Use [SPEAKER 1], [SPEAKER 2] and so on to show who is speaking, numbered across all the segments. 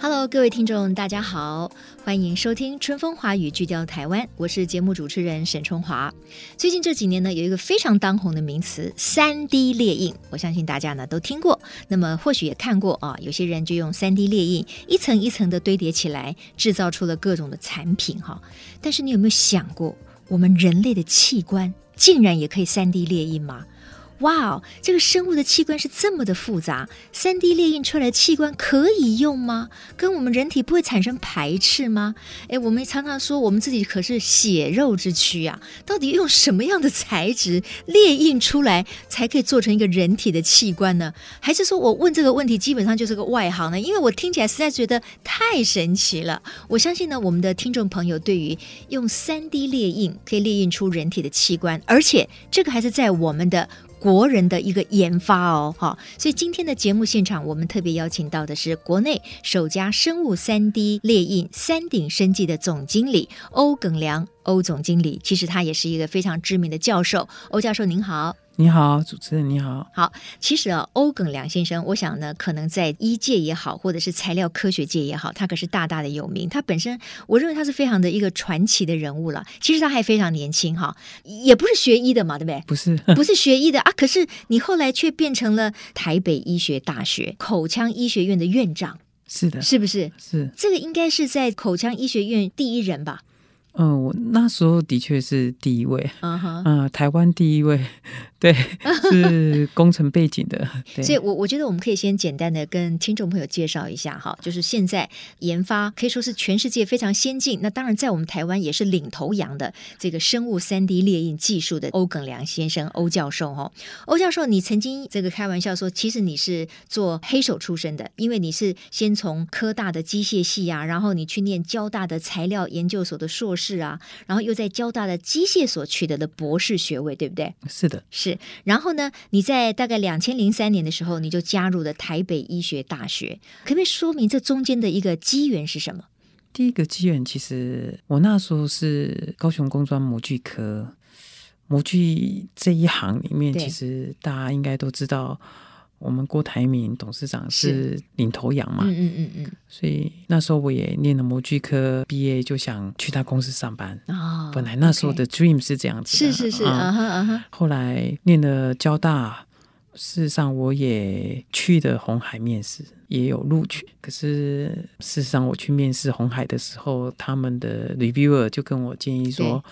[SPEAKER 1] Hello，各位听众，大家好，欢迎收听《春风华语》聚焦台湾，我是节目主持人沈春华。最近这几年呢，有一个非常当红的名词“三 D 列印”，我相信大家呢都听过，那么或许也看过啊。有些人就用三 D 列印一层一层的堆叠起来，制造出了各种的产品哈。但是你有没有想过，我们人类的器官竟然也可以三 D 列印吗？哇哦，这个生物的器官是这么的复杂，三 D 列印出来的器官可以用吗？跟我们人体不会产生排斥吗？诶，我们常常说我们自己可是血肉之躯啊，到底用什么样的材质列印出来才可以做成一个人体的器官呢？还是说我问这个问题基本上就是个外行呢？因为我听起来实在觉得太神奇了。我相信呢，我们的听众朋友对于用三 D 列印可以列印出人体的器官，而且这个还是在我们的。国人的一个研发哦，哈，所以今天的节目现场，我们特别邀请到的是国内首家生物三 D 列印三鼎生技的总经理欧耿良欧总经理，其实他也是一个非常知名的教授。欧教授您好，
[SPEAKER 2] 你好，主持人你好。
[SPEAKER 1] 其实啊，欧耿良先生，我想呢，可能在医界也好，或者是材料科学界也好，他可是大大的有名。他本身，我认为他是非常的一个传奇的人物了。其实他还非常年轻哈，也不是学医的嘛，对不对？
[SPEAKER 2] 不是，
[SPEAKER 1] 不是学医的啊，可是你后来却变成了台北医学大学口腔医学院的院长，
[SPEAKER 2] 是的，
[SPEAKER 1] 是不是？
[SPEAKER 2] 是，
[SPEAKER 1] 这个应该是在口腔医学院第一人吧？
[SPEAKER 2] 嗯、我那时候的确是第一位，
[SPEAKER 1] 嗯哼。
[SPEAKER 2] 啊、台湾第一位， 对，是工程背景 的，对，
[SPEAKER 1] 所以我我觉得我们可以先简单的跟听众朋友介绍一下哈，就是现在研发可以说是全世界非常先进，那当然在我们台湾也是领头羊的这个生物三 D 列印技术的欧耿良先生欧教授哈，欧教授，你曾经这个开玩笑说，其实你是做黑手出身的，因为你是先从科大的机械系啊，然后你去念交大的材料研究所的硕士啊，然后又在交大的机械所取得了博士学位，对不对？
[SPEAKER 2] 是的，
[SPEAKER 1] 是，然后呢，你在大概两千零三年的时候，你就加入了台北医学大学，可不可以说明这中间的一个机缘是什么？
[SPEAKER 2] 第一个机缘，其实我那时候是高雄工专模具科，模具这一行里面，
[SPEAKER 1] 对
[SPEAKER 2] 其实大家应该都知道，我们郭台铭董事长
[SPEAKER 1] 是
[SPEAKER 2] 是领头羊嘛，
[SPEAKER 1] 嗯嗯嗯
[SPEAKER 2] 所以那时候我也念了模具科，毕业就想去他公司上班。
[SPEAKER 1] 嗯，哦，
[SPEAKER 2] 本来那时候
[SPEAKER 1] OK
[SPEAKER 2] 的 dream 是这样子的，
[SPEAKER 1] 是是是，
[SPEAKER 2] 啊
[SPEAKER 1] 啊哈啊哈，
[SPEAKER 2] 后来念了交大，事实上我也去的红海面试，也有录取。可是事实上我去面试红海的时候，他们的 reviewer 就跟我建议说，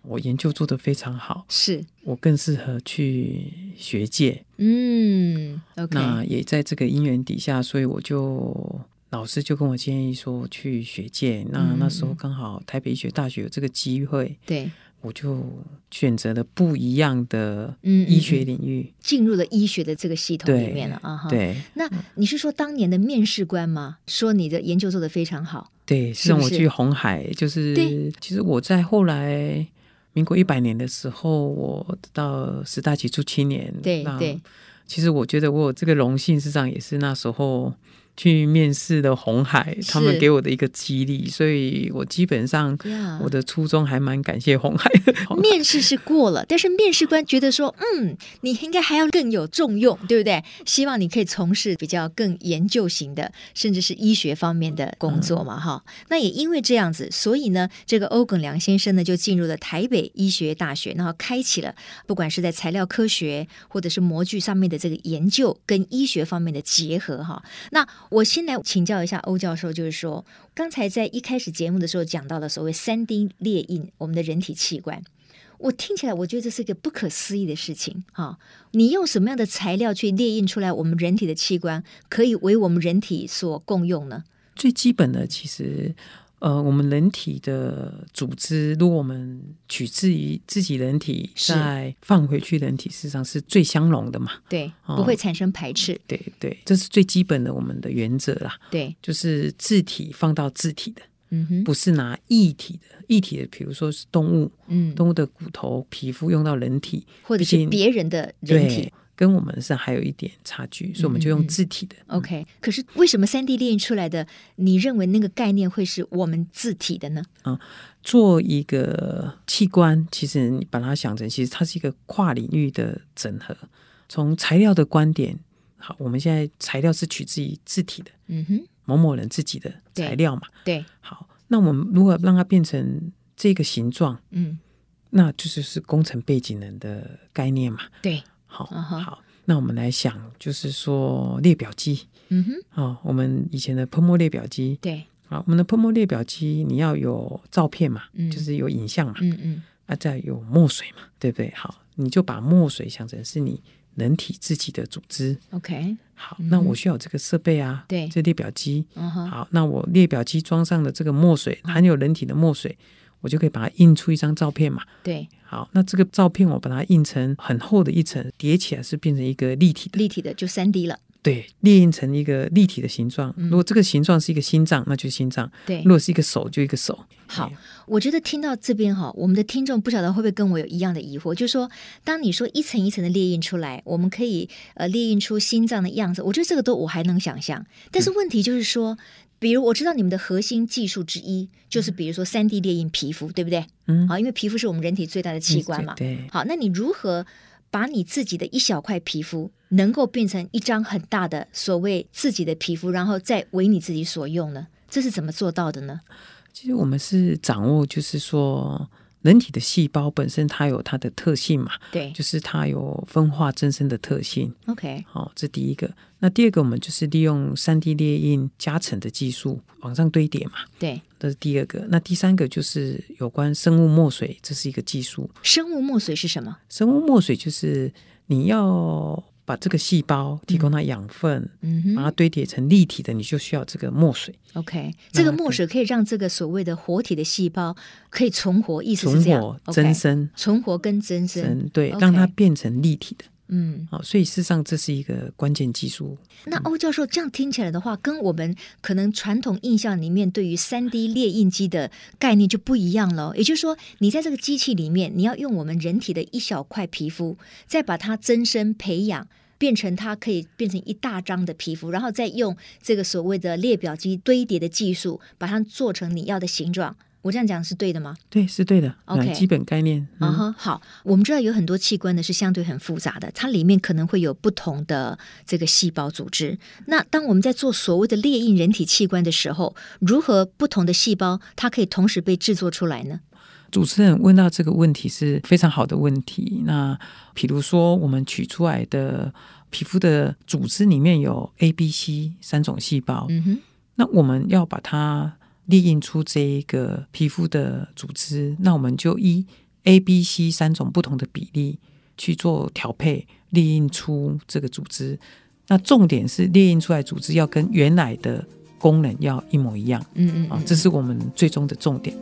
[SPEAKER 2] 我研究做得非常好，
[SPEAKER 1] 是，
[SPEAKER 2] 我更适合去学界。
[SPEAKER 1] 嗯，OK，
[SPEAKER 2] 那也在这个因缘底下，所以我就。老师就跟我建议说去学界，那
[SPEAKER 1] 嗯
[SPEAKER 2] 那时候刚好台北医学大学有这个机会，
[SPEAKER 1] 对，
[SPEAKER 2] 我就选择了不一样的
[SPEAKER 1] 嗯嗯
[SPEAKER 2] 医学
[SPEAKER 1] 嗯
[SPEAKER 2] 领域。
[SPEAKER 1] 进入了医学的这个系统
[SPEAKER 2] 对
[SPEAKER 1] 里面了啊哈。
[SPEAKER 2] 对嗯
[SPEAKER 1] 那你是说当年的面试官吗？说你的研究做得非常好，
[SPEAKER 2] 对，
[SPEAKER 1] 是
[SPEAKER 2] 让
[SPEAKER 1] 不
[SPEAKER 2] 我
[SPEAKER 1] 是
[SPEAKER 2] 去红海，就是
[SPEAKER 1] 对
[SPEAKER 2] 其实我在后来民国一百年的时候，我到十大杰出青年，
[SPEAKER 1] 对
[SPEAKER 2] 那
[SPEAKER 1] 对，
[SPEAKER 2] 其实我觉得我有这个荣幸，事实上也是那时候去面试的红海，他
[SPEAKER 1] 是
[SPEAKER 2] 们给我的一个激励，所以我基本上
[SPEAKER 1] 呀
[SPEAKER 2] 我的初衷还蛮感谢红海 的。
[SPEAKER 1] 面试是过了，但是面试官觉得说，嗯，你应该还要更有重用，对不对？希望你可以从事比较更研究型的，甚至是医学方面的工作嘛，哈、那也因为这样子，所以呢，这个欧耿良先生呢就进入了台北医学大学，然后开启了不管是在材料科学或者是模具上面的这个研究跟医学方面的结合，哈。那我先来请教一下欧教授，就是说，刚才在一开始节目的时候讲到了所谓三 D 列印，我们的人体器官。我听起来，我觉得这是一个不可思议的事情哈、你用什么样的材料去列印出来我们人体的器官，可以为我们人体所共用呢？
[SPEAKER 2] 最基本的，其实呃，我们人体的组织，如果我们取自于自己人体，
[SPEAKER 1] 是
[SPEAKER 2] 再放回去人体，事实上是最相容的嘛。
[SPEAKER 1] 对，
[SPEAKER 2] 哦
[SPEAKER 1] 不会产生排斥。
[SPEAKER 2] 对对，这是最基本的我们的原则啦，
[SPEAKER 1] 对，
[SPEAKER 2] 就是自体放到自体的，
[SPEAKER 1] 嗯哼，
[SPEAKER 2] 不是拿液体的，液体的，比如说是动物，
[SPEAKER 1] 嗯，
[SPEAKER 2] 动物的骨头、皮肤用到人体，
[SPEAKER 1] 或者是
[SPEAKER 2] 毕竟
[SPEAKER 1] 别人的人体
[SPEAKER 2] 对。跟我们是还有一点差距，所以我们
[SPEAKER 1] 嗯
[SPEAKER 2] 就
[SPEAKER 1] 嗯
[SPEAKER 2] 用
[SPEAKER 1] 嗯
[SPEAKER 2] 自体的。
[SPEAKER 1] OK，可是为什么三 D 列印出来的，你认为那个概念会是我们字体的呢？
[SPEAKER 2] 做一个器官，其实你把它想成，其实它是一个跨领域的整合。从材料的观点，好，我们现在材料是取自于自体的
[SPEAKER 1] 嗯哼，
[SPEAKER 2] 某某人自己的
[SPEAKER 1] 对
[SPEAKER 2] 材料嘛。
[SPEAKER 1] 对，
[SPEAKER 2] 好，那我们如果让它变成这个形状，
[SPEAKER 1] 嗯，
[SPEAKER 2] 那就是是工程背景人的概念嘛。
[SPEAKER 1] 对，
[SPEAKER 2] 好，
[SPEAKER 1] 嗯哼
[SPEAKER 2] 好，那我们来想，就是说列表机
[SPEAKER 1] 嗯哼，
[SPEAKER 2] 哦，我们以前的喷墨列表机
[SPEAKER 1] 对，
[SPEAKER 2] 啊，我们的喷墨列表机你要有照片嘛，
[SPEAKER 1] 嗯
[SPEAKER 2] 就是有影像嘛，
[SPEAKER 1] 嗯嗯
[SPEAKER 2] 啊，再有墨水嘛，对不对？好，你就把墨水想成是你人体自己的组织。
[SPEAKER 1] ，OK，
[SPEAKER 2] 好，
[SPEAKER 1] 嗯哼
[SPEAKER 2] 那我需要有这个设备啊，
[SPEAKER 1] 对
[SPEAKER 2] 这列表机。
[SPEAKER 1] 嗯哼，
[SPEAKER 2] 好，那我列表机装上的这个墨水含有人体的墨水，我就可以把它印出一张照片嘛。
[SPEAKER 1] 对，
[SPEAKER 2] 好，那这个照片我把它印成很厚的一层，叠起来是变成一个立体的，
[SPEAKER 1] 立体的就三 D 了，
[SPEAKER 2] 对，列印成一个立体的形状。
[SPEAKER 1] 嗯
[SPEAKER 2] 如果这个形状是一个心脏，那就是心脏；
[SPEAKER 1] 对
[SPEAKER 2] 如。果是一个手，就一个手。
[SPEAKER 1] 好
[SPEAKER 2] 哎，
[SPEAKER 1] 我觉得听到这边哈，我们的听众不晓得会不会跟我有一样的疑惑，就是说，当你说一层一层的列印出来，我们可以呃列印出心脏的样子，我觉得这个都我还能想象。但是
[SPEAKER 2] 嗯
[SPEAKER 1] 问题就是说，比如我知道你们的核心技术之一就是，比如说三 D 列印皮肤，对不对？
[SPEAKER 2] 嗯
[SPEAKER 1] 好，因为皮肤是我们人体最大的器官嘛。
[SPEAKER 2] 对，
[SPEAKER 1] 好，那你如何把你自己的一小块皮肤能够变成一张很大的所谓自己的皮肤，然后再为你自己所用呢？这是怎么做到的呢？
[SPEAKER 2] 其实我们是掌握，就是说人体的细胞本身它有它的特性嘛，
[SPEAKER 1] 对
[SPEAKER 2] 就是它有分化增生的特性。
[SPEAKER 1] ，OK，
[SPEAKER 2] 好、这第一个。那第二个，我们就是利用三 D 列印加成的技术往上堆叠嘛，
[SPEAKER 1] 对，
[SPEAKER 2] 这是第二个。那第三个就是有关生物墨水，这是一个技术。
[SPEAKER 1] 生物墨水是什么？
[SPEAKER 2] 生物墨水就是你要把这个细胞提供它养分，
[SPEAKER 1] 嗯
[SPEAKER 2] 把
[SPEAKER 1] 哼
[SPEAKER 2] 它堆叠成立体的，你就需要这个墨水
[SPEAKER 1] ，OK，这个
[SPEAKER 2] 那
[SPEAKER 1] 墨水可以让这个所谓的活体的细胞可以存活，意思
[SPEAKER 2] 存
[SPEAKER 1] 是这样
[SPEAKER 2] 活、增，生
[SPEAKER 1] OK，。存活跟增生。
[SPEAKER 2] 嗯，对，
[SPEAKER 1] OK
[SPEAKER 2] 让它变成立体的。
[SPEAKER 1] 嗯，
[SPEAKER 2] 好、所以事实上这是一个关键技术。
[SPEAKER 1] 那欧教授这样听起来的话，跟我们可能传统印象里面对于三 D 列印机的概念就不一样了哦。也就是说，你在这个机器里面，你要用我们人体的一小块皮肤，再把它增生培养。变成它可以变成一大张的皮肤，然后再用这个所谓的列表机堆叠的技术，把它做成你要的形状。我这样讲是对的吗？
[SPEAKER 2] 对，是对的。
[SPEAKER 1] OK
[SPEAKER 2] 嗯基本概念。
[SPEAKER 1] 啊
[SPEAKER 2] 嗯，
[SPEAKER 1] 哈、好，我们知道有很多器官呢是相对很复杂的，它里面可能会有不同的这个细胞组织。那当我们在做所谓的列印人体器官的时候，如何不同的细胞它可以同时被制作出来呢？
[SPEAKER 2] 主持人问到这个问题是非常好的问题。那比如说，我们取出来的皮肤的组织里面有 A、B、C 三种细胞，
[SPEAKER 1] 嗯哼，
[SPEAKER 2] 那我们要把它列印出这一个皮肤的组织，那我们就依 A、B、C 三种不同的比例去做调配，列印出这个组织。那重点是列印出来组织要跟原来的功能要一模一样
[SPEAKER 1] 嗯嗯
[SPEAKER 2] 啊
[SPEAKER 1] 嗯，，
[SPEAKER 2] 这是我们最终的重点。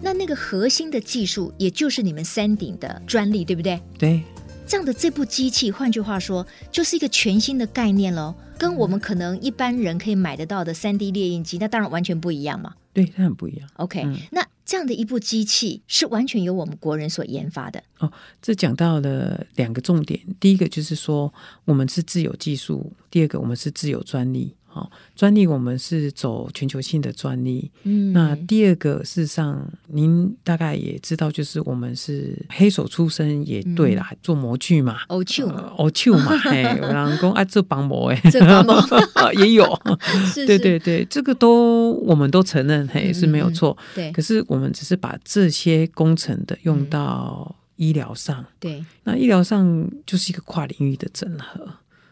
[SPEAKER 1] 那那个核心的技术，也就是你们三鼎的专利，对不对？
[SPEAKER 2] 对，
[SPEAKER 1] 这样的这部机器，换句话说，就是一个全新的概念喽，跟我们可能一般人可以买得到的三 D 列印机，那当然完全不一样嘛。
[SPEAKER 2] 对，它很不一样。
[SPEAKER 1] OK，、
[SPEAKER 2] 嗯
[SPEAKER 1] 那这样的一部机器是完全由我们国人所研发的。
[SPEAKER 2] 这讲到了两个重点，第一个就是说我们是自有技术，第二个我们是自有专利。好、专利我们是走全球性的专利，
[SPEAKER 1] 嗯
[SPEAKER 2] 那第二个，事实上您大概也知道，就是我们是黑手出身也
[SPEAKER 1] 嗯
[SPEAKER 2] 对啦，做模具嘛，
[SPEAKER 1] O Q 嘛，
[SPEAKER 2] 哦绣嘛，嘿，有人讲啊做帮模哎，
[SPEAKER 1] 这 帮模
[SPEAKER 2] 也有，
[SPEAKER 1] 是是
[SPEAKER 2] 对对对，这个都我们都承认，嘿
[SPEAKER 1] 嗯
[SPEAKER 2] 是没有
[SPEAKER 1] 嗯
[SPEAKER 2] 错。
[SPEAKER 1] 对嗯
[SPEAKER 2] 可是我们只是把这些工程的用到医疗上，
[SPEAKER 1] 对，
[SPEAKER 2] 那医疗上就是一个跨领域的整合，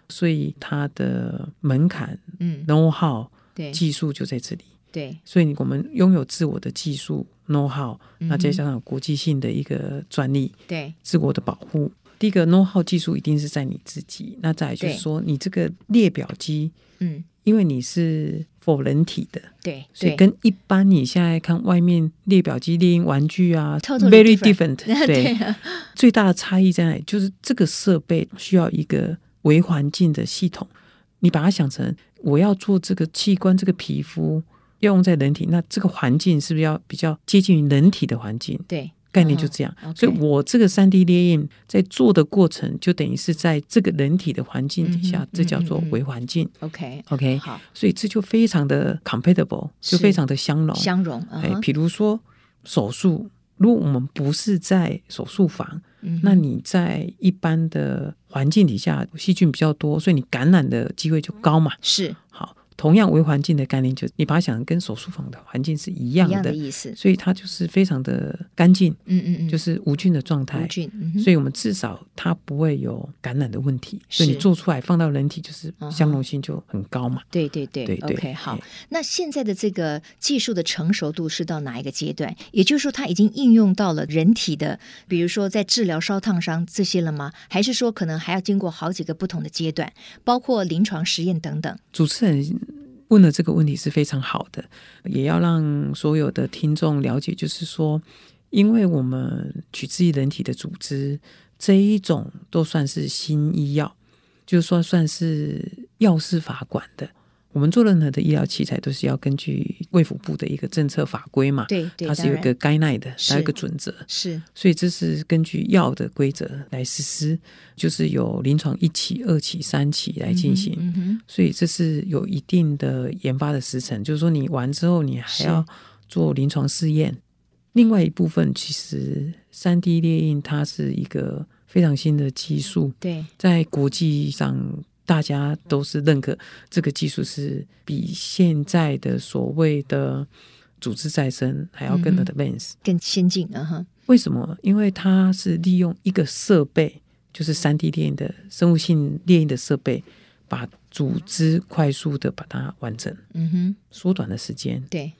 [SPEAKER 2] 所以它的门槛、
[SPEAKER 1] 嗯，
[SPEAKER 2] know how、
[SPEAKER 1] 对
[SPEAKER 2] 技术就在这里。
[SPEAKER 1] 对，
[SPEAKER 2] 所以我们拥有自我的技术 know how，
[SPEAKER 1] 嗯哼
[SPEAKER 2] 那再加上有国际性的一个专利、
[SPEAKER 1] 对，
[SPEAKER 2] 自我的保护。第一个 know how 技术一定是在你自己，那再来就是说你这个列表机，
[SPEAKER 1] 嗯，
[SPEAKER 2] 因为你是否人体的，
[SPEAKER 1] 对
[SPEAKER 2] 所以
[SPEAKER 1] 对，
[SPEAKER 2] 跟一般你现在看外面列表机、猎鹰玩具啊
[SPEAKER 1] Totally
[SPEAKER 2] very
[SPEAKER 1] different
[SPEAKER 2] different，
[SPEAKER 1] 对
[SPEAKER 2] 对，
[SPEAKER 1] 啊
[SPEAKER 2] 最大的差异在哪里？就是这个设备需要一个微环境的系统。你把它想成我要做这个器官、这个皮肤要用在人体，那这个环境是不是要比较接近于人体的环境？
[SPEAKER 1] 对，
[SPEAKER 2] 概念就这样。
[SPEAKER 1] 嗯，OK
[SPEAKER 2] 所以我这个三 D 列印在做的过程，就等于是在这个人体的环境底
[SPEAKER 1] 嗯
[SPEAKER 2] 下，
[SPEAKER 1] 哼
[SPEAKER 2] 这叫做
[SPEAKER 1] 嗯哼
[SPEAKER 2] 微环境。
[SPEAKER 1] OK，
[SPEAKER 2] OK，
[SPEAKER 1] 好，
[SPEAKER 2] 所以这就非常的 compatible，
[SPEAKER 1] 是
[SPEAKER 2] 就非常的相容。
[SPEAKER 1] 相容，嗯
[SPEAKER 2] 哎
[SPEAKER 1] 哼，
[SPEAKER 2] 比如说手术，如果我们不是在手术房，
[SPEAKER 1] 嗯哼
[SPEAKER 2] 那你在一般的环境底下，细菌比较多，所以你感染的机会就高嘛。
[SPEAKER 1] 是
[SPEAKER 2] 好，同样微环境的概念，就是你把它想成跟手术房的环境是一样
[SPEAKER 1] 一样
[SPEAKER 2] 的，
[SPEAKER 1] 的意思，
[SPEAKER 2] 所以它就是非常的干净，
[SPEAKER 1] 嗯嗯嗯，
[SPEAKER 2] 就是无菌的状态
[SPEAKER 1] 无。菌，嗯哼
[SPEAKER 2] 所以我们至少它不会有感染的问题，所以你
[SPEAKER 1] 是
[SPEAKER 2] 做出来放到人体就是
[SPEAKER 1] 嗯哼
[SPEAKER 2] 相容性就很高嘛。
[SPEAKER 1] 对对对
[SPEAKER 2] 对
[SPEAKER 1] o
[SPEAKER 2] 对
[SPEAKER 1] k 好
[SPEAKER 2] 哎。
[SPEAKER 1] 那现在的这个技术的成熟度是到哪一个阶段？也就是说，它已经应用到了人体的，比如说在治疗烧烫伤这些了吗？还是说可能还要经过好几个不同的阶段，包括临床实验等等？
[SPEAKER 2] 主持人问的这个问题是非常好的，也要让所有的听众了解，就是说，因为我们取自于人体的组织这一种都算是新医药，就是说算是药事法管的。我们做任何的医疗器材都是要根据卫福部的一个政策法规嘛，
[SPEAKER 1] 对对，
[SPEAKER 2] 它是有一
[SPEAKER 1] 当
[SPEAKER 2] 个
[SPEAKER 1] 然
[SPEAKER 2] 该奈的，
[SPEAKER 1] 是
[SPEAKER 2] 它有一个准则，
[SPEAKER 1] 是
[SPEAKER 2] 所以这是根据药的规则来实施，就是有临床一期、二期、三期来进行。
[SPEAKER 1] 嗯哼嗯哼
[SPEAKER 2] 所以这是有一定的研发的时程，就是说你完之后，你还要做临床试验。另外一部分，其实三 D 列印它是一个非常新的技术，
[SPEAKER 1] 对，
[SPEAKER 2] 在国际上大家都是认可这个技术是比现在的所谓的组织再生还要更
[SPEAKER 1] 嗯哼
[SPEAKER 2] advance。
[SPEAKER 1] 更先进，嗯哼，
[SPEAKER 2] 为什么？因为它是利用一个设备，就是三 D 列印的生物性列印的设备，把组织快速的把它完成，
[SPEAKER 1] 嗯哼，
[SPEAKER 2] 缩短的时间。
[SPEAKER 1] 对，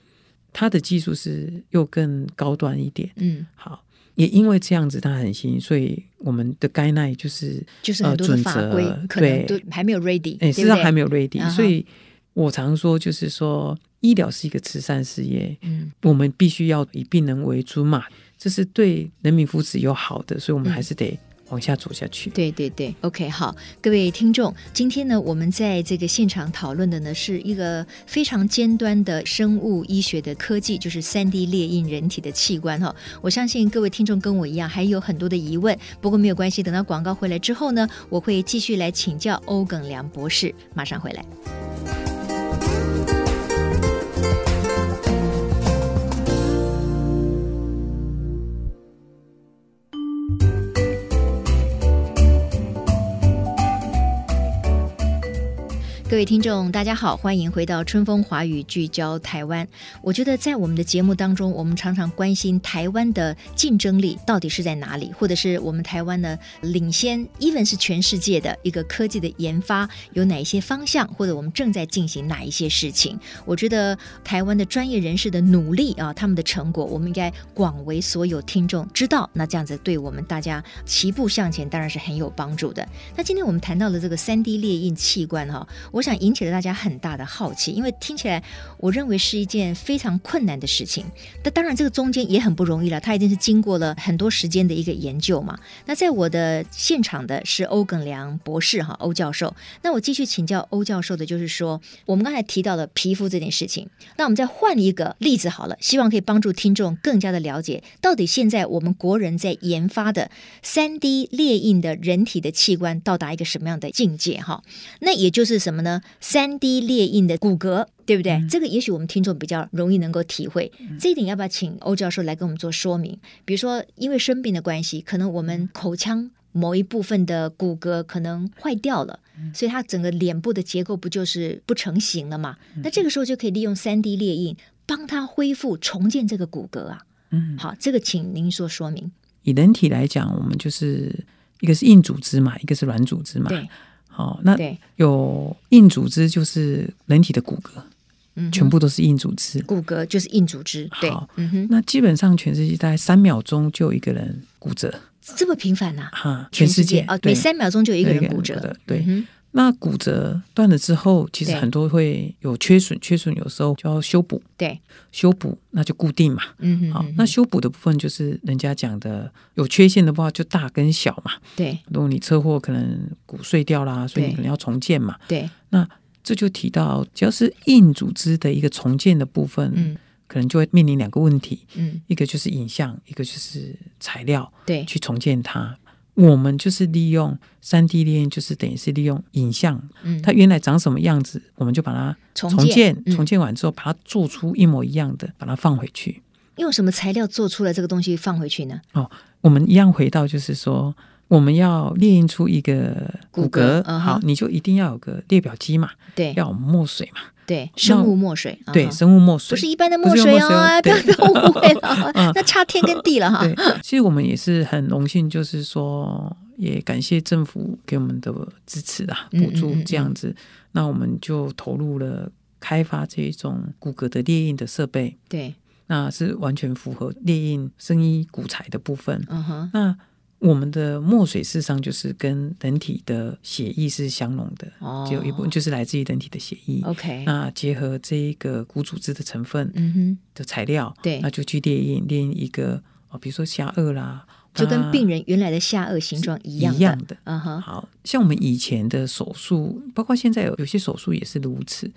[SPEAKER 2] 它的技术是又更高端一点。
[SPEAKER 1] 嗯，
[SPEAKER 2] 好，也因为这样子它很新，所以我们的该奈就是
[SPEAKER 1] 就是
[SPEAKER 2] 呃
[SPEAKER 1] 很多的
[SPEAKER 2] 准
[SPEAKER 1] 法
[SPEAKER 2] 则
[SPEAKER 1] 规、可能都
[SPEAKER 2] 对，
[SPEAKER 1] 还没有 ready，
[SPEAKER 2] 哎，
[SPEAKER 1] 对不
[SPEAKER 2] 事实上还
[SPEAKER 1] 对？
[SPEAKER 2] 没有 ready，、
[SPEAKER 1] 啊哈
[SPEAKER 2] 所以我常说就是说，医疗是一个慈善事业，
[SPEAKER 1] 嗯，
[SPEAKER 2] 我们必须要以病人为主嘛，这是对人民福祉有好的，所以我们还是得往下走下去。
[SPEAKER 1] 嗯对对对，OK，好，各位听众，今天呢，我们在这个现场讨论的呢，是一个非常尖端的生物医学的科技，就是三 D 列印人体的器官哈、我相信各位听众跟我一样，还有很多的疑问，不过没有关系，等到广告回来之后呢，我会继续来请教欧耿良博士，马上回来。各位听众，大家好，欢迎回到春风华语聚焦台湾。我觉得在我们的节目当中，我们常常关心台湾的竞争力到底是在哪里，或者是我们台湾呢领先，even 是全世界的一个科技的研发有哪一些方向，或者我们正在进行哪一些事情。我觉得台湾的专业人士的努力啊，他们的成果，我们应该广为所有听众知道。那这样子对我们大家齐步向前，当然是很有帮助的。那今天我们谈到了这个三 D 列印器官哈、我想引起了大家很大的好奇，因为听起来我认为是一件非常困难的事情。那当然，这个中间也很不容易了，它一定是经过了很多时间的一个研究嘛。那在我的现场的是欧耿良博士哈，欧教授。那我继续请教欧教授的就是说，我们刚才提到了皮肤这件事情，那我们再换一个例子好了，希望可以帮助听众更加的了解，到底现在我们国人在研发的三 D 列印的人体的器官到达一个什么样的境界哈？那也就是什么呢？三 D 列印的骨骼，对不对？
[SPEAKER 2] 嗯
[SPEAKER 1] 这个也许我们听众比较容易能够体会。这一点要不要请欧教授来跟我们做说明？比如说，因为生病的关系，可能我
[SPEAKER 2] 嗯
[SPEAKER 1] 们口腔某一部分的骨骼可能坏掉了，
[SPEAKER 2] 嗯
[SPEAKER 1] 所以它整个脸部的结构不就是不成形了嘛？
[SPEAKER 2] 嗯
[SPEAKER 1] 那这个时候就可以利用三 D 列印帮它恢复重建这个骨骼啊。
[SPEAKER 2] 嗯，
[SPEAKER 1] 好，这个请您做说明。
[SPEAKER 2] 以人体来讲，我们就是一个是硬组织嘛，一个是软组织嘛。
[SPEAKER 1] 对
[SPEAKER 2] 好、那
[SPEAKER 1] 对，
[SPEAKER 2] 有硬组织就是人体的骨骼，
[SPEAKER 1] 嗯哼，
[SPEAKER 2] 全部都是硬组织。
[SPEAKER 1] 骨骼就是硬组织。对
[SPEAKER 2] 好，
[SPEAKER 1] 嗯哼，
[SPEAKER 2] 那基本上全世界大概三秒钟就有一个人骨折，
[SPEAKER 1] 这么频繁呐、
[SPEAKER 2] 哈，
[SPEAKER 1] 全
[SPEAKER 2] 世
[SPEAKER 1] 世界
[SPEAKER 2] 界
[SPEAKER 1] 啊，
[SPEAKER 2] 对
[SPEAKER 1] 每三秒钟就有一个人骨折。
[SPEAKER 2] 对
[SPEAKER 1] 嗯哼
[SPEAKER 2] 那骨折断了之后，其实
[SPEAKER 1] 对
[SPEAKER 2] 很多会有缺损，缺损有时候就要修补，
[SPEAKER 1] 对，
[SPEAKER 2] 修补那就固定嘛。
[SPEAKER 1] 嗯哼
[SPEAKER 2] 好
[SPEAKER 1] 嗯，
[SPEAKER 2] 那修补的部分就是人家讲的有缺陷的话，就大跟小嘛。
[SPEAKER 1] 对
[SPEAKER 2] 如果你车祸可能骨碎掉啦，所以
[SPEAKER 1] 对
[SPEAKER 2] 你可能要重建嘛。
[SPEAKER 1] 对，
[SPEAKER 2] 那这就提到，只要是硬组织的一个重建的部分，
[SPEAKER 1] 嗯
[SPEAKER 2] 可能就会面临两个问题，
[SPEAKER 1] 嗯
[SPEAKER 2] 一个就是影像，一个就是材料
[SPEAKER 1] 对，
[SPEAKER 2] 去重建它。我们就是利用三 D 列印，就是等于是利用影像，
[SPEAKER 1] 嗯
[SPEAKER 2] 它原来长什么样子，我们就把它
[SPEAKER 1] 重
[SPEAKER 2] 重
[SPEAKER 1] 建
[SPEAKER 2] 建，
[SPEAKER 1] 嗯
[SPEAKER 2] 重建完之后把它做出一模一样的，把它放回去。
[SPEAKER 1] 用什么材料做出了这个东西放回去呢？
[SPEAKER 2] 我们一样回到，就是说，我们要列印出一个
[SPEAKER 1] 骨
[SPEAKER 2] 骨
[SPEAKER 1] 骼
[SPEAKER 2] 骼，
[SPEAKER 1] 嗯哼
[SPEAKER 2] 好，你就一定要有个列表机嘛，
[SPEAKER 1] 对
[SPEAKER 2] 要有墨水嘛，
[SPEAKER 1] 对，生物墨水，啊
[SPEAKER 2] 对，
[SPEAKER 1] 哈
[SPEAKER 2] 生物墨水，
[SPEAKER 1] 不是一般的
[SPEAKER 2] 不
[SPEAKER 1] 墨
[SPEAKER 2] 是
[SPEAKER 1] 水
[SPEAKER 2] 用
[SPEAKER 1] 哦，
[SPEAKER 2] 墨水哦
[SPEAKER 1] 哎不要 不
[SPEAKER 2] 对
[SPEAKER 1] 要误会了，
[SPEAKER 2] 嗯
[SPEAKER 1] 那差天跟地了哈。
[SPEAKER 2] 对，其实我们也是很荣幸，就是说，也感谢政府给我们的支持啊，
[SPEAKER 1] 嗯
[SPEAKER 2] 补助
[SPEAKER 1] 嗯嗯
[SPEAKER 2] 这样子。那我们就投入了开发这一种骨骼的猎印的设备，
[SPEAKER 1] 对，
[SPEAKER 2] 那是完全符合猎印生医骨材的部分。
[SPEAKER 1] 嗯哼，
[SPEAKER 2] 那我们的墨水事实上就是跟人体的血液是相融的，
[SPEAKER 1] 哦
[SPEAKER 2] 只有一部分就是来自于人体的血液。
[SPEAKER 1] ，OK，
[SPEAKER 2] 那结合这一个骨组织的成分
[SPEAKER 1] 嗯哼，
[SPEAKER 2] 的材料，
[SPEAKER 1] 对
[SPEAKER 2] 那就去列印列印一个哦，比如说下颚啦，
[SPEAKER 1] 就跟
[SPEAKER 2] 那
[SPEAKER 1] 病人原来的下颚形状一
[SPEAKER 2] 一
[SPEAKER 1] 样的，
[SPEAKER 2] 样的。
[SPEAKER 1] 嗯哼，
[SPEAKER 2] 好像我们以前的手术，包括现在有有些手术也是如此，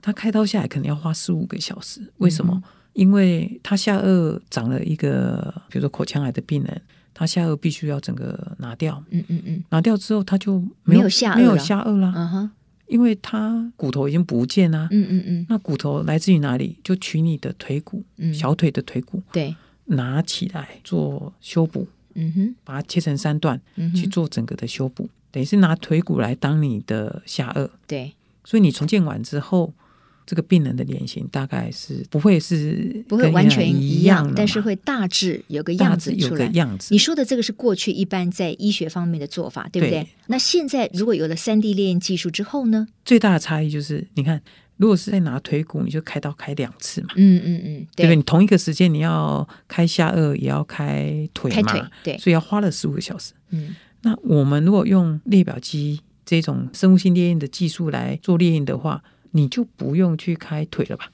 [SPEAKER 2] 它开刀下来可能要花四五个小时，为什
[SPEAKER 1] 嗯
[SPEAKER 2] 么？因为他下颚长了一个，比如说口腔癌的病人，他下颚必须要整个拿掉，
[SPEAKER 1] 嗯嗯嗯，
[SPEAKER 2] 拿掉之后他就
[SPEAKER 1] 没
[SPEAKER 2] 没
[SPEAKER 1] 有下颚
[SPEAKER 2] 没有
[SPEAKER 1] 了
[SPEAKER 2] 下颚啦，
[SPEAKER 1] 嗯哼，
[SPEAKER 2] 因为他骨头已经不见啦、
[SPEAKER 1] 嗯嗯嗯，
[SPEAKER 2] 那骨头来自于哪里？就取你的腿骨，
[SPEAKER 1] 嗯
[SPEAKER 2] 小腿的腿骨，
[SPEAKER 1] 对，
[SPEAKER 2] 拿起来做修补，
[SPEAKER 1] 嗯哼，
[SPEAKER 2] 把它切成三段
[SPEAKER 1] 嗯
[SPEAKER 2] 去
[SPEAKER 1] 哼，
[SPEAKER 2] 做整个的修补，等于是拿腿骨来当你的下颚。
[SPEAKER 1] 对，
[SPEAKER 2] 所以你重建完之后，这个病人的脸型大概是不会是
[SPEAKER 1] 不会
[SPEAKER 2] 跟
[SPEAKER 1] 完全
[SPEAKER 2] 原来一
[SPEAKER 1] 一
[SPEAKER 2] 样
[SPEAKER 1] 样
[SPEAKER 2] 的嘛，，
[SPEAKER 1] 但是会大致有个
[SPEAKER 2] 大
[SPEAKER 1] 样
[SPEAKER 2] 致
[SPEAKER 1] 子
[SPEAKER 2] 有
[SPEAKER 1] 出
[SPEAKER 2] 个
[SPEAKER 1] 来。
[SPEAKER 2] 样子
[SPEAKER 1] 你。说的这个是过去一般在医学方面的做法，对不对？
[SPEAKER 2] 对
[SPEAKER 1] 那现在如果有了三 D 列印技术之后呢？
[SPEAKER 2] 最大的差异就是，你看，如果是在拿腿骨，你就开刀开两次嘛，
[SPEAKER 1] 嗯嗯嗯，
[SPEAKER 2] 对不对？你同一个时间你要开下颚，也要开腿
[SPEAKER 1] 开
[SPEAKER 2] 嘛，
[SPEAKER 1] 腿，对，
[SPEAKER 2] 所以要花了十五个小时。
[SPEAKER 1] 嗯
[SPEAKER 2] 那我们如果用列表机这种生物性列印的技术来做列印的话，你就不用去开腿了吧？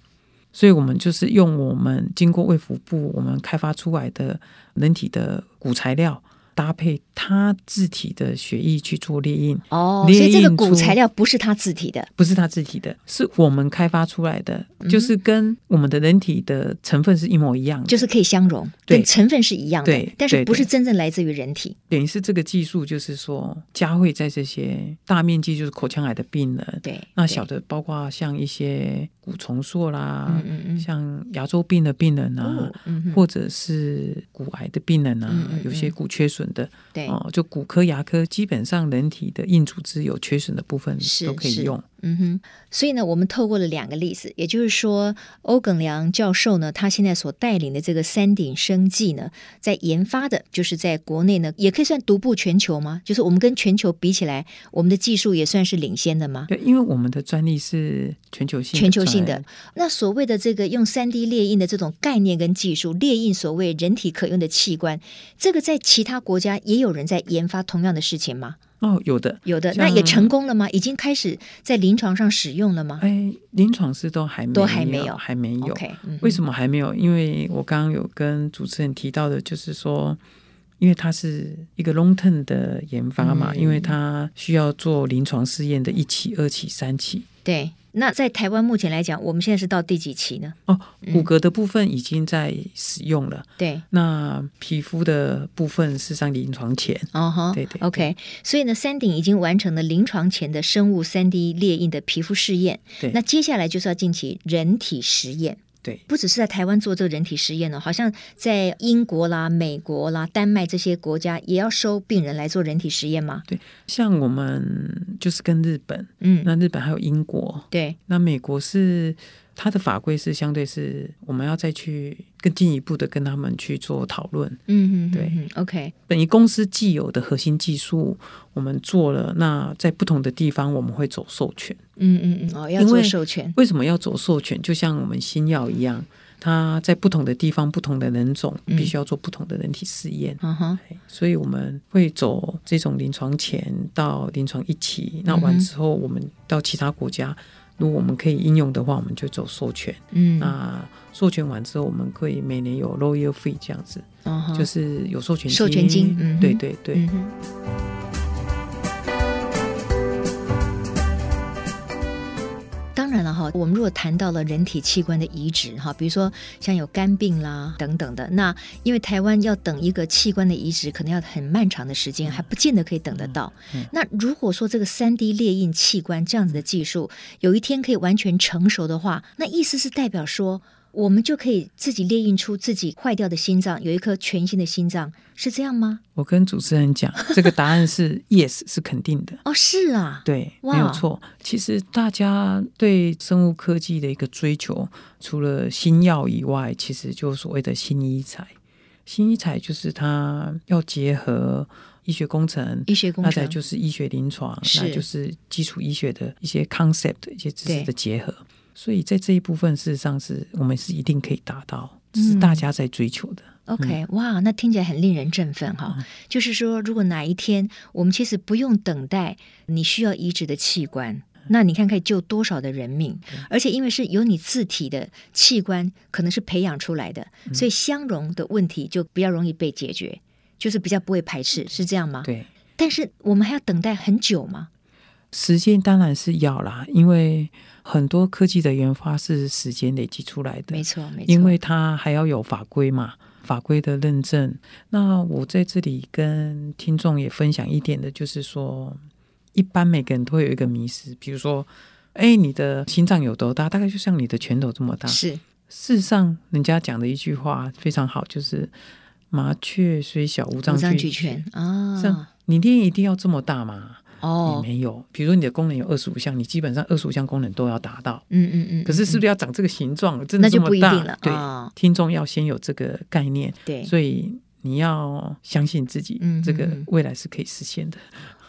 [SPEAKER 2] 所以我们就是用我们经过卫福部我们开发出来的人体的骨材料，搭配它自体的血液去做列印，
[SPEAKER 1] 哦，所以这
[SPEAKER 2] 列
[SPEAKER 1] 个
[SPEAKER 2] 印
[SPEAKER 1] 骨
[SPEAKER 2] 出
[SPEAKER 1] 材料不是它自体的，
[SPEAKER 2] 不是它自体的，是我们开发出来
[SPEAKER 1] 嗯
[SPEAKER 2] 的，就是跟我们的人体的成分是一模一样的，
[SPEAKER 1] 就是可以相容，
[SPEAKER 2] 对
[SPEAKER 1] 跟成分是一样的
[SPEAKER 2] 对，
[SPEAKER 1] 但是
[SPEAKER 2] 对
[SPEAKER 1] 不是
[SPEAKER 2] 对
[SPEAKER 1] 真正来自于人体。
[SPEAKER 2] 等于是这个技术，就是说加惠在这些大面积就是口腔癌的病人，
[SPEAKER 1] 对，
[SPEAKER 2] 那
[SPEAKER 1] 对
[SPEAKER 2] 啊小的啊包括像一些骨重塑啦，
[SPEAKER 1] 嗯嗯嗯
[SPEAKER 2] 像牙周病的病人啊
[SPEAKER 1] 哦，嗯哼
[SPEAKER 2] 或者是骨癌的病人啊，
[SPEAKER 1] 嗯嗯嗯
[SPEAKER 2] 有些骨缺损的
[SPEAKER 1] 对
[SPEAKER 2] 哦、就骨科、牙科，基本上人体的硬组织有缺损的部分
[SPEAKER 1] 是
[SPEAKER 2] 都可以
[SPEAKER 1] 是
[SPEAKER 2] 用。
[SPEAKER 1] 嗯哼，所以呢，我们透过了两个例子，也就是说，欧耿良教授呢，他现在所带领的这个三鼎生技呢，在研发的，就是在国内呢，也可以算独步全球吗？就是我们跟全球比起来，我们的技术也算是领先的吗？
[SPEAKER 2] 对，因为我们的专利是全球性的
[SPEAKER 1] 全球性
[SPEAKER 2] 专
[SPEAKER 1] 的
[SPEAKER 2] 利，
[SPEAKER 1] 那所谓的这个用三 D 列印的这种概念跟技术，列印所谓人体可用的器官，这个在其他国家也有人在研发同样的事情吗？
[SPEAKER 2] 哦，有的。
[SPEAKER 1] 有的，
[SPEAKER 2] 像
[SPEAKER 1] 那也成功了吗？已经开始在临床上使用了吗？
[SPEAKER 2] 哎，临床是都还没有，
[SPEAKER 1] 都还没有
[SPEAKER 2] 还没有。
[SPEAKER 1] OK，嗯哼
[SPEAKER 2] 为什么还没有？因为我刚刚有跟主持人提到的，就是说，因为它是一个 long term 的研发嘛，
[SPEAKER 1] 嗯
[SPEAKER 2] 因为它需要做临床试验的一期、二期、三期。
[SPEAKER 1] 对，那在台湾目前来讲，我们现在是到第几期呢？
[SPEAKER 2] 哦，骨骼的部分已经在使用了，
[SPEAKER 1] 对，
[SPEAKER 2] 那皮肤的部分是上临床前。
[SPEAKER 1] 哦哈，
[SPEAKER 2] 对对
[SPEAKER 1] o k 所以呢，三鼎已经完成了临床前的生物三 D 列印的皮肤试验，
[SPEAKER 2] 对
[SPEAKER 1] 那接下来就是要进行人体实验。
[SPEAKER 2] 对
[SPEAKER 1] 不只是在台湾做这个人体实验呢，好像在英国啦、美国啦、丹麦这些国家也要收病人来做人体实验吗？
[SPEAKER 2] 对，像我们就是跟日本，
[SPEAKER 1] 嗯，
[SPEAKER 2] 那日本还有英国，
[SPEAKER 1] 对，
[SPEAKER 2] 那美国是它的法规是相对是我们要再去更进一步的跟他们去做讨论。
[SPEAKER 1] 嗯嗯，
[SPEAKER 2] 对
[SPEAKER 1] 嗯，OK，
[SPEAKER 2] 等于公司既有的核心技术，我们做了，那在不同的地方我们会走授权。
[SPEAKER 1] 嗯嗯嗯，哦，要
[SPEAKER 2] 因
[SPEAKER 1] 做
[SPEAKER 2] 为
[SPEAKER 1] 授权，
[SPEAKER 2] 为什么要走授权？就像我们新药一样，它在不同的地方、不同的人种，
[SPEAKER 1] 嗯
[SPEAKER 2] 必须要做不同的人体试验。
[SPEAKER 1] 嗯哼，
[SPEAKER 2] 哎所以我们会走这种临床前到临床一期，那
[SPEAKER 1] 嗯
[SPEAKER 2] 完
[SPEAKER 1] 哼
[SPEAKER 2] 之后我们到其他国家，如果我们可以应用的话，我们就走授权。
[SPEAKER 1] 嗯，
[SPEAKER 2] 那授权完之后，我们可以每年有 royal fee 这样子，
[SPEAKER 1] 嗯哼，
[SPEAKER 2] 就是有授权
[SPEAKER 1] 授权金嗯哼
[SPEAKER 2] 对对对。
[SPEAKER 1] 嗯哼，当然了哈，我们如果谈到了人体器官的移植哈，比如说像有肝病啦等等的，那因为台湾要等一个器官的移植，可能要很漫长的时间，还不见得可以等得到。那如果说这个三 D 列印器官这样子的技术，有一天可以完全成熟的话，那意思是代表说，我们就可以自己列印出自己坏掉的心脏，有一颗全新的心脏，是这样吗？
[SPEAKER 2] 我跟主持人 讲，这个答案是 yes，是肯定的。
[SPEAKER 1] 哦，是啊，
[SPEAKER 2] 对，
[SPEAKER 1] 哇
[SPEAKER 2] 没有错。其实大家对生物科技的一个追求，除了新药以外，其实就是所谓的新医材。新医材就是它要结合医学工程。
[SPEAKER 1] 医学工
[SPEAKER 2] 那
[SPEAKER 1] 程，
[SPEAKER 2] 再就是医学临床，
[SPEAKER 1] 是
[SPEAKER 2] 那就是基础医学的一些 concept、一些知
[SPEAKER 1] 对
[SPEAKER 2] 识的结合。所以在这一部分，事实上是我们是一定可以达到，只
[SPEAKER 1] 嗯
[SPEAKER 2] 是大家在追求的。
[SPEAKER 1] OK，哇，
[SPEAKER 2] 嗯
[SPEAKER 1] 那听起来很令人振奋哈、就是说，如果哪一天我们其实不用等待你需要移植的器官，
[SPEAKER 2] 嗯
[SPEAKER 1] 那你看可以救多少的人命？而且因为是由你自体的器官可能是培养出来的，
[SPEAKER 2] 嗯
[SPEAKER 1] 所以相容的问题就比较容易被解决，就是比较不会排斥，是这样吗？。
[SPEAKER 2] 嗯对，
[SPEAKER 1] 但是我们还要等待很久吗？
[SPEAKER 2] 时间当然是要啦，因为很多科技的研发是时间累积出来的。
[SPEAKER 1] 没错，没错。
[SPEAKER 2] 因为它还要有法规嘛，法规的认证。那我在这里跟听众也分享一点的，就是说，一般每个人都会有一个迷失，比如说，哎，你的心脏有多大？大概就像你的拳头这么大。
[SPEAKER 1] 是
[SPEAKER 2] 事实上，人家讲的一句话非常好，就是“麻雀虽小，五脏
[SPEAKER 1] 五脏俱
[SPEAKER 2] 俱全
[SPEAKER 1] 全”。啊，
[SPEAKER 2] 像你练一定要这么大吗？
[SPEAKER 1] 哦
[SPEAKER 2] 你，没有，比如说你的功能有二十五项，你基本上二十五项功能都要达到。
[SPEAKER 1] 嗯嗯嗯，
[SPEAKER 2] 可是是
[SPEAKER 1] 嗯
[SPEAKER 2] 不是要长这个形状？真
[SPEAKER 1] 那
[SPEAKER 2] 的这
[SPEAKER 1] 就
[SPEAKER 2] 么
[SPEAKER 1] 不一
[SPEAKER 2] 大？
[SPEAKER 1] 定了
[SPEAKER 2] 对，
[SPEAKER 1] 啊
[SPEAKER 2] 听众要先有这个概念，
[SPEAKER 1] 对，
[SPEAKER 2] 所以你要相信自己，
[SPEAKER 1] 嗯
[SPEAKER 2] 这个
[SPEAKER 1] 嗯嗯
[SPEAKER 2] 未来是可以实现的。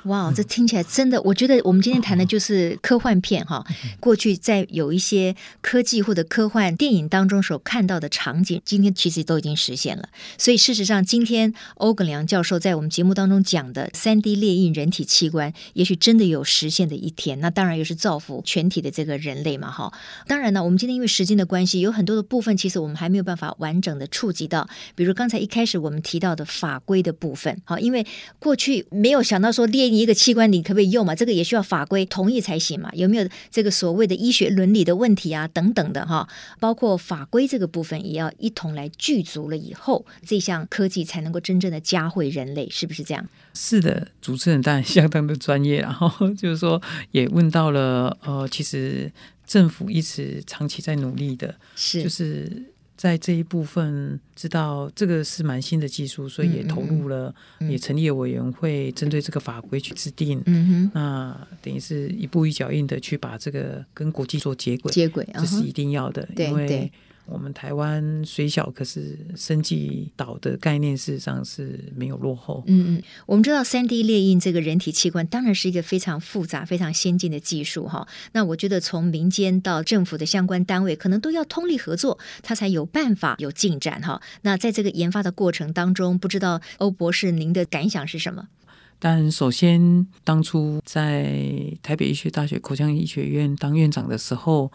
[SPEAKER 1] 哇，这听起来真的，我觉得我们今天谈的就是科幻片哈。过去在有一些科技或者科幻电影当中所看到的场景，今天其实都已经实现了。所以事实上，今天欧耿良教授在我们节目当中讲的三 D 列印人体器官，也许真的有实现的一天。那当然也是造福全体的这个人类嘛哈。当然呢，我们今天因为时间的关系，有很多的部分其实我们还没有办法完整的触及到，比如刚才一开始我们提到的法规的部分，好，因为过去没有想到说列印一个器官你可不可以用嘛，这个也需要法规同意才行嘛，有没有这个所谓的医学伦理的问题啊等等的哈，包括法规这个部分也要一同来具足了以后，这项科技才能够真正的加惠人类，是不是这样？
[SPEAKER 2] 是的，主持人当然相当的专业，然后 就是说也问到了，呃，其实政府一直长期在努力的，
[SPEAKER 1] 是，
[SPEAKER 2] 就是在这一部分知道这个是蛮新的技术，所以也投入了，也成立了委员会，针对这个法规去制定。
[SPEAKER 1] 嗯
[SPEAKER 2] 那等于是一步一脚印的去把这个跟国际做接轨
[SPEAKER 1] 哼，，接轨啊
[SPEAKER 2] 这，是一定要的，
[SPEAKER 1] 对
[SPEAKER 2] 因
[SPEAKER 1] 对
[SPEAKER 2] 为我们台湾虽小，可是生技岛的概念事实上是没有落后。
[SPEAKER 1] 嗯嗯，我们知道三 D 列印这个人体器官当然是一个非常复杂、非常先进的技术哈。那我觉得从民间到政府的相关单位，可能都要通力合作，它才有办法有进展哈。那在这个研发的过程当中，不知道欧博士您的感想是什么？
[SPEAKER 2] 但首先，当初在台北医学大学口腔医学院当院长的时候，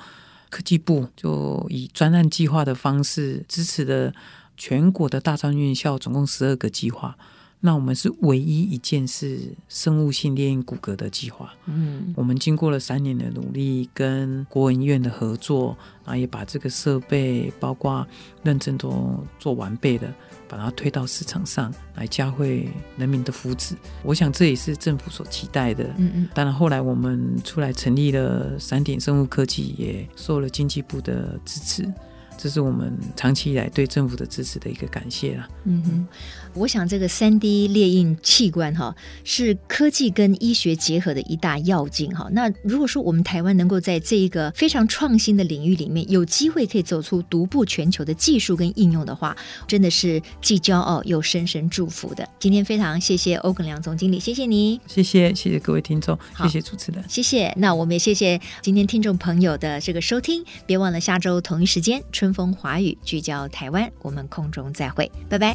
[SPEAKER 2] 科技部就以专案计划的方式支持了全国的大专院校，总共十二个计划。那我们是唯一一件是生物性猎鹰骨骼的计划。
[SPEAKER 1] 嗯
[SPEAKER 2] 我们经过了三年的努力，跟国文院的合作，啊，也把这个设备包括认证都做完备了，把它推到市场上来加惠人民的福祉。我想这也是政府所期待的。
[SPEAKER 1] 嗯嗯，
[SPEAKER 2] 当然，后来我们出来成立了三点生物科技，也受了经济部的支持，这是我们长期以来对政府的支持的一个感谢啦。
[SPEAKER 1] 嗯哼，我想这个三 D 列印器官哈，是科技跟医学结合的一大要件哈。那如果说我们台湾能够在这一个非常创新的领域里面，有机会可以走出独步全球的技术跟应用的话，真的是既骄傲又深深祝福的。今天非常谢谢欧耿良总经理，谢谢你。
[SPEAKER 2] 谢谢，谢谢各位听众，
[SPEAKER 1] 好
[SPEAKER 2] 谢谢主持人。
[SPEAKER 1] 谢谢，那我们也谢谢今天听众朋友的这个收听，别忘了下周同一时间《春春风华语，聚焦台湾，我们空中再会，拜拜。